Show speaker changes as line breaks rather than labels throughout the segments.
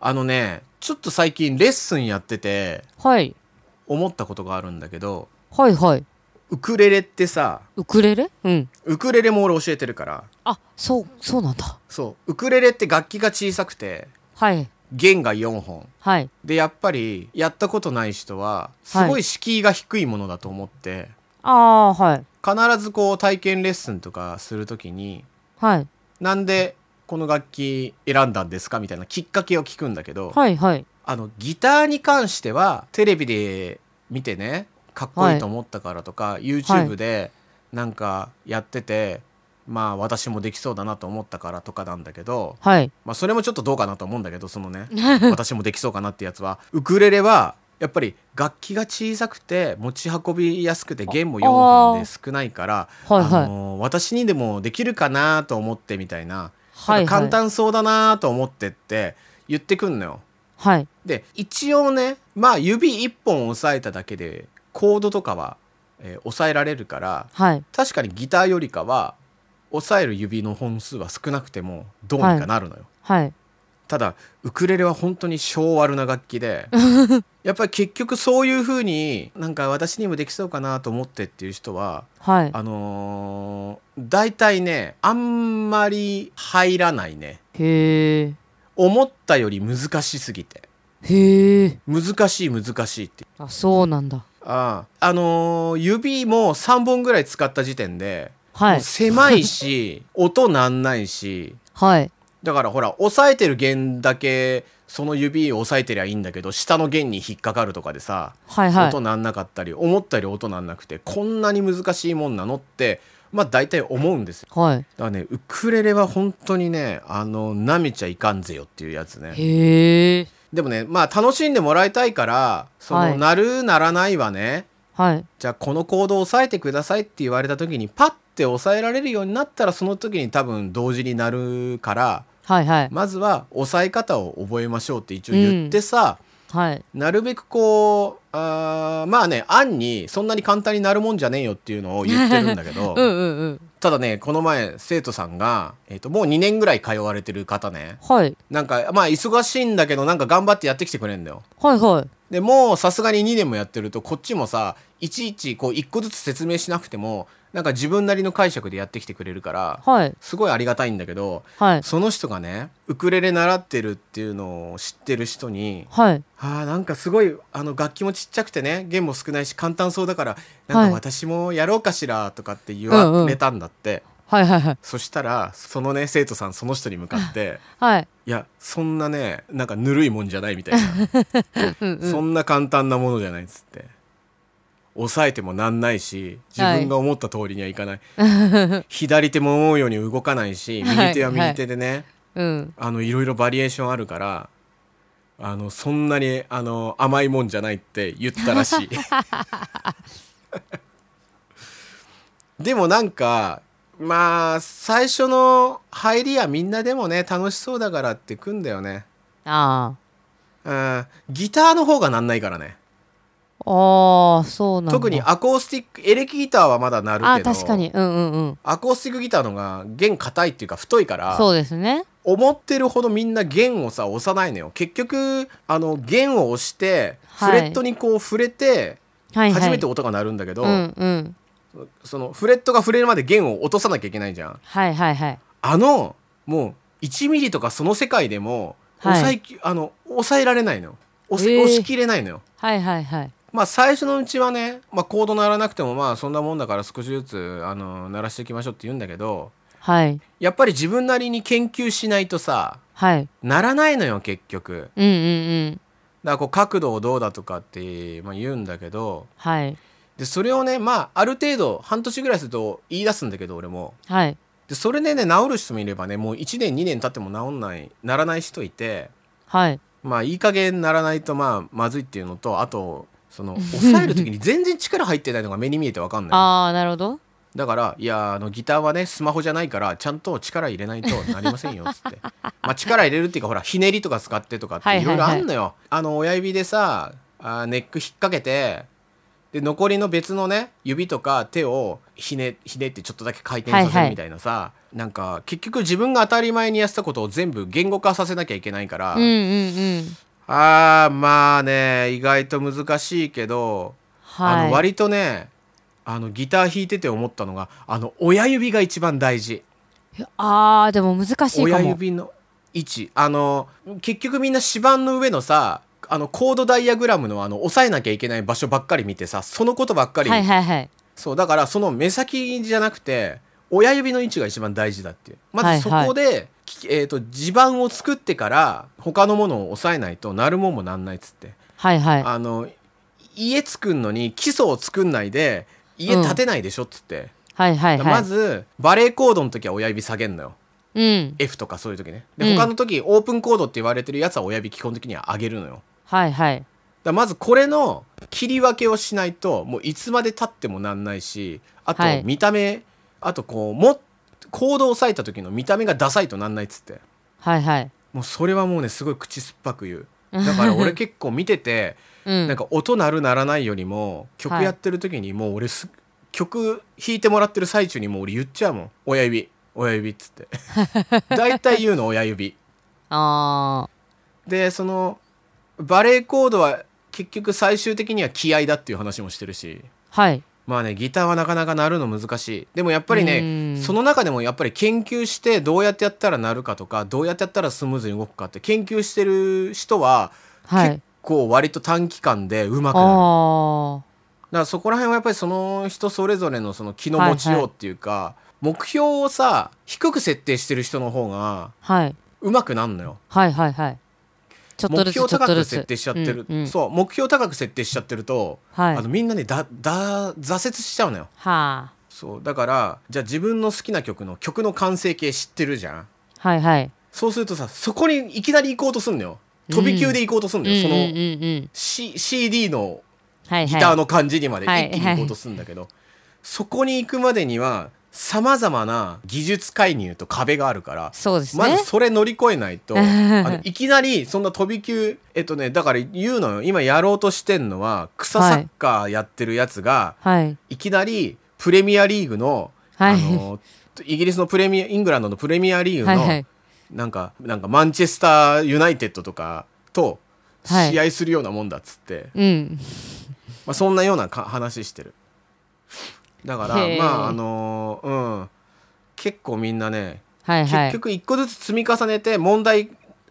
あのね、ちょっと最近レッスンやってて、
はい。
思ったことがあるんだけど、
はいはい。
ウクレレってさ、
ウクレレうん。
ウクレレも俺教えてるから、
あ、そう、そうなんだ。
そう、ウクレレって楽器が小さくて、
はい。
弦が4本。
はい。
で、やっぱり、やったことない人は、すごい敷居が低いものだと思って、
ああ、はい。
必ずこう体験レッスンとかするときに、
はい。
なんでこの楽器選んだんですかみたいなきっかけを聞くんだけど、
はいはい。
あのギターに関してはテレビで見てねかっこいいと思ったからとか、YouTube でなんかやってて、まあ私もできそうだなと思ったからとかなんだけど、
はい。
まあ、それもちょっとどうかなと思うんだけどその ね私もできそうかなってやつはウクレレはやっぱり楽器が小さくて持ち運びやすくて弦も4本で少ないから
はいはい
あのー私にでもできるかなと思ってみたいな,、
はいはい
簡単そうだなと思ってって言ってくんのよ。
はい。
で一応ねまあ指1本押さえただけでコードとかは、えー押さえられるから
はい。
確かにギターよりかは押さえる指の本数は少なくてもどうにかなるのよ、
はい。
ただウクレレは本当に小悪な楽器 でやっぱり結局そういう風になんか私にもできそうかなと思ってっていう人は
はい。
あのー、大体ねあんまり入らないね
へえ。
思ったより難しすぎて
へえ。
難しい難しいって
あ、そうなんだ。
あああのー指も3本ぐらい使った時点で、
は
も。
いう
狭い し音なんないし
はい。
だからほら押さえてる弦だけその指を押さえてりゃいいんだけど下の弦に引っかかるとかでさ、
はいはい
音。なんなかったり思ったより音なんなくてこんなに難しいもんなのってまあ大体思うんですよ
はい。
だからねウクレレは本当にねあのなめちゃいかんぜよっていうやつね
へえ。
でもねまあ楽しんでもらいたいからその、
はい
なるならないはね
はい。
じゃあこの行動を抑えてくださいって言われた時にパッて抑えられるようになったらその時に多分同時になるから
はいはい。
まずは抑え方を覚えましょうって一応言ってさ、
はい。
なるべくこうあーまあね案にそんなに簡単になるもんじゃねえよっていうのを言ってるんだけど、
うんうんうん。
ただねこの前生徒さんが、えー、ともう2年ぐらい通われてる方ね
はい。
なんかまあ忙しいんだけどなんか頑張ってやってきてくれんだよ。
はいはい。
でもうさすがに2年もやってるとこっちもさいちいちこう1個ずつ説明しなくてもなんか自分なりの解釈でやってきてくれるから
はい。
すごいありがたいんだけど
はい。
その人がねウクレレ習ってるっていうのを知ってる人に
はい。
「あーなんかすごいあの楽器もちっちゃくてね弦も少ないし簡単そうだからなん
は
か
い
私もやろうかしら」とかって言われたんだって、
はいはいはい。
そしたらそのね生徒さんその人に向かって「
はい。
いやそんなねなんかぬるいもんじゃない」みたいな。そんな簡単なものじゃないっつって抑えてもなんないし自分が思った通りにはいか ない、左手も思うように動かないし
はい
右手は右手でね、い
うん。
あのいろいろバリエーションあるからあのそんなにあの甘いもんじゃないって言ったらしい でもなんかまあ最初の入りはみんなでもね楽しそうだからってくんだよね
あ
うんギターの方がなんないからね
あ。ああ、そうなんだ。
特にアコースティックエレキギターはまだなるけど
あ確かにうんうんうん
アコースティックギターのが弦硬いっていうか太いから
そうですね
思ってるほどみんな弦をさ押さないのよ結局あの弦を押してフ
はい
レットにこう触れて
はいはい
初めて音が鳴るんだけど、
うんうん
そのフレットが触れるまで弦を落とさなきゃいけないじゃん
はいはいはい
あのもう1ミリとかその世界でも
はい
抑えき、あの抑えられないのよ押せ
えー
押し切れないのよ
はいはいはい
まあ最初のうちはね、まあ、コード鳴らなくてもまあそんなもんだから少しずつあの鳴らしていきましょうって言うんだけど
はい
やっぱり自分なりに研究しないとさ
はい
鳴らないのよ結局
うんうんうん
だからこう角度をどうだとかって、まあ、言うんだけど
はい
でそれをねまあある程度半年ぐらいすると言い出すんだけど俺も
はい
でそれでね治る人もいればねもう1年2年経っても治んないならない人いて
はい
まあいい加減ならないとまあまずいっていうのとあとその抑える時に全然力入ってないのが目に見えて分かんない
ああなるほど
だから、いや、あの、ギターはね、スマホじゃないから、ちゃんと力入れないとなりませんよ、つ って。まあ、力入れるっていうか、ほら、ひねりとか使ってとかっ
は
て、
い
いろ
はい
いろ
はい
あんのよ。あの、親指でさ、あーネック引っ掛けて、で、残りの別のね、指とか手をひね、ひねってちょっとだけ回転さ
はい
せ
は
る
い
みたいなさ、なんか結局自分が当たり前にやってたことを全部言語化させなきゃいけないから、
うんうんうん
あーまあね意外と難しいけど、あ
はい
の割とねあのギター弾いてて思ったのがあの親指が一番大事
あーでも難しいか
親
も
指の位置あの結局みんな指板の上のさあのコードダイアグラムのあの押さえなきゃいけない場所ばっかり見てさそのことばっかり、
はいはいはい
そうだからその目先じゃなくて親指の位置が一番大事だっていうまずそ
はいはい
こで、きえー、と地盤を作ってから他のものを押さえないとなるもんもなんないっつって
はいはい
あの家作んのに基礎を作んないで家建てないでしょっつって、
はいはいはい
まずバレーコードの時は親指下げんのよ
うん
F とかそういう時ね
う
で
ん
他の時、オープンコードって言われてるやつは親指基本的には上げるのよだか
はいはい
らまずこれの切り分けをしないともういつまで経ってもなんないしあと
はい
見た目、あとこうもコードを押さえた時の見た目がダサいとなんないっつって
はいはい
もうそれはもうねすごい口酸っぱく言うだから俺結構見てて
うん
なんか音鳴る鳴らないよりも曲やってる時にもう俺す、曲弾いてもらってる最中にもう俺言っちゃうもん親指親指っつって 大体言うの親指
あ
でそのバレーコードは結局最終的には気合だっていう話もしてるし
ーはい
まあねギターはなかなか鳴るの難しいでもやっぱり
うん
ねその中でもやっぱり研究してどうやってやったら鳴るかとかどうやってやったらスムーズに動くかって研究してる人は
はい
結構割と短期間でうまくなる、
あ
だからそこら辺はやっぱりその人それぞれのその気の持ちようっていうか、目標をさ低く設定してる人の方が
ーはい
上手くなるのよ
はいはいはいちょっと
目
ずつちょ
標高
っと
く
ず
設
つ
定しちゃってる、
うんうん
そう目標高く設定しちゃってると、
はい
あのみんなねだだ挫折しちゃうのよ
はあ
そうだからじゃあ自分の好きな曲の曲の完成形知ってるじゃん
はいはい
そうするとさそこにいきなり行こうとすんのよ飛び級で行こうとすんのよ、その、
うんうんうんうん、
C、CD の
はいはい、
ギターの感じにまで
はい
一気に行こうとするんだけど、そこに行くまでにはさまざまな技術介入と壁があるから、
そうですね、
まずそれ乗り越えない とあのいきなりそんな飛び級えっとねだから言うのよ今やろうとしてんのは草サッカーやってるやつが、
はい
い、きなりプレミアリーグの,、
はい
あのイギリスのプレミアイングランドのプレミアリーグの、
はいはい
なんかなんかマンチェスターユナイテッドとかと
はい
試合するようなもんだっつって。
うん
まあ、そんなようなか話してるだから
へー
まああのーうん結構みんなね、
はいはい
結局一個ずつ積み重ねて問題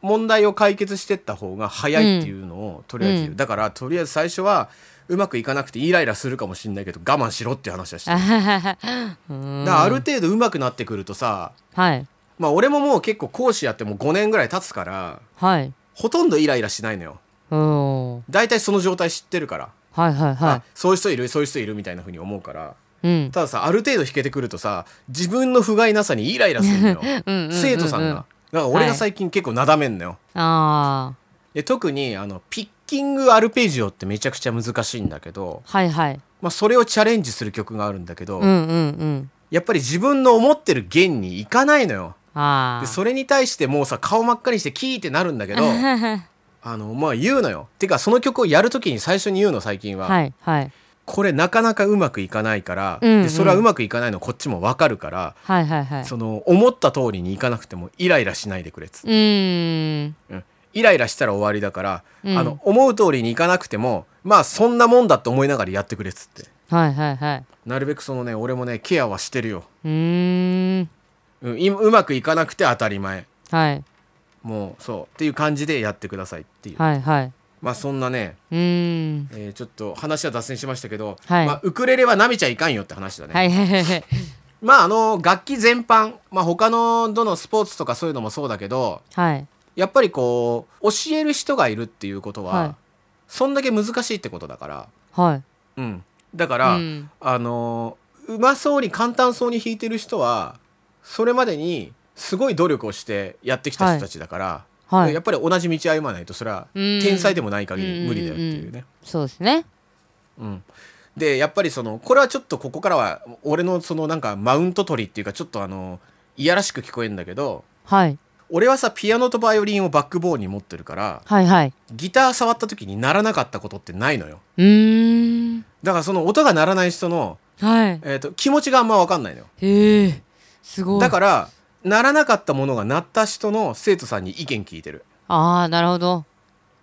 問題を解決してった方が早いっていうのを、とりあえず言う、
うん
だからとりあえず最初はうまくいかなくてイライラするかもしれないけど我慢しろっていう話はしてる
あ
だ
はははうーん
からある程度うまくなってくるとさ
はい
まあ俺ももう結構講師やってもう5年ぐらい経つから
はい
ほとんどイライラしないのよ
おー
大体その状態知ってるから、
はいはいは
あそういう人いるそういう人いるみたいな風に思うから
いうん
たださある程度弾けてくるとさ自分の不甲斐なさにイライラするのよ
うんうんうん
生徒さんがだから俺が最近結構なだめんのよ、
あ
で特にあのピッキングアルペジオってめちゃくちゃ難しいんだけど、
ーはいはい
まあ、それをチャレンジする曲があるんだけど、
うんうんうん
やっぱり自分の思ってる弦にいかないのよ
あ
で
あ
それに対してもうさ顔真っ赤にしてキーってなるんだけどあのまあ言うのよてかその曲をやるときに最初に言うの最近は、
はいはい
これなかなかうまくいかないから、
うんうん
でそれはうまくいかないのこっちもわかるから、
はいはいはい
その思った通りにいかなくてもイライラしないでくれっつっ
うーん
うんイライラしたら終わりだから、
うん
あの思う通りにいかなくてもまあそんなもんだって思いながらやってくれっつって
はいはいはい
なるべくそのね俺もねケアはしてるよ、
うーん
うん、今うまくいかなくて当たり前
はい
もうそうっていう感じでやってくださいっていう、
はいはい
まあそんなね、
うーん
えーちょっと話は脱線しましたけど、
はい
まあ、ウクレレはなめちゃいかんよって話だね、
はいはいはいはい
まああの楽器全般、まあ、他のどのスポーツとかそういうのもそうだけど
はい
やっぱりこう教える人がいるっていうことは、
はい
そんだけ難しいってことだから、
はい
うん、だから、
うん
あのうまそうに簡単そうに弾いてる人はそれまでにすごい努力をしてやってきた人たちだから、
はい
やっぱり同じ道歩まないとそれは
うん
天才でもない限り無理だよっていうね。
そうですね
うんでやっぱりそのこれはちょっとここからは俺のそのなんかマウント取りっていうかちょっとあのいやらしく聞こえるんだけど
はい
俺はさピアノとバイオリンをバックボーンに持ってるから、
はいはい
ギター触った時に鳴らなかったことってないのよ
うーん
だからその音が鳴らない人の、
はい
えー、と気持ちがあんま分かんないのよ
へえすごい
だからならなかったものがなった人の生徒さんに意見聞いてる
ああなるほど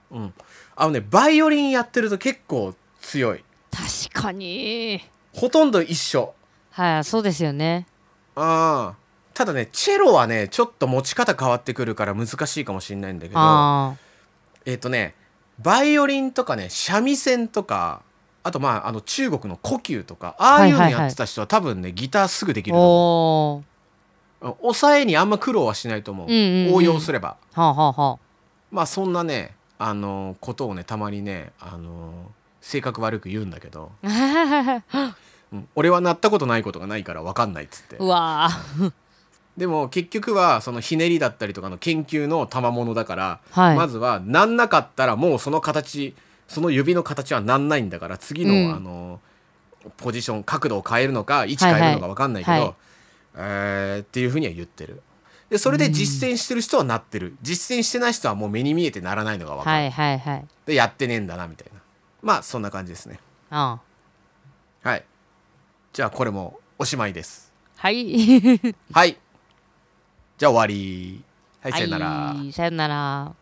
うんあのねバイオリンやってると結構強い
確かに
ほとんど一緒
はいそうですよね
あーただねチェロはねちょっと持ち方変わってくるから難しいかもしれないんだけど
あ
えっ、とねバイオリンとかね三味線とかあとまああの中国の呼吸とかああいうの
はいはいはい
やってた人は多分ねギターすぐでき
あ
るの
お
抑えにあんま苦労はしないと思う,、
うんうんうん
応用すれば
ーはあはあは
まあそんなねあのことをねたまにねあの性格悪く言うんだけど、
あ
うん俺はなったことないことがないから分かんないっつって
うわー
でも結局はそのひねりだったりとかの研究の賜物だから、
はい
まずはなんなかったらもうその形その指の形はなんないんだから次の,、
うん
あのポジション角度を変えるのか位置変えるのか分かんないけど、
はいはい
えーっていうふうには言ってるでそれで実践してる人はなってる実践してない人はもう目に見えてならないのが分かる、
はいはいはい
でやってねえんだなみたいなまあそんな感じですね
ああ
はいじゃあこれもおしまいです
はい
はいじゃあ終わりはい
は
さよなら、
いさよなら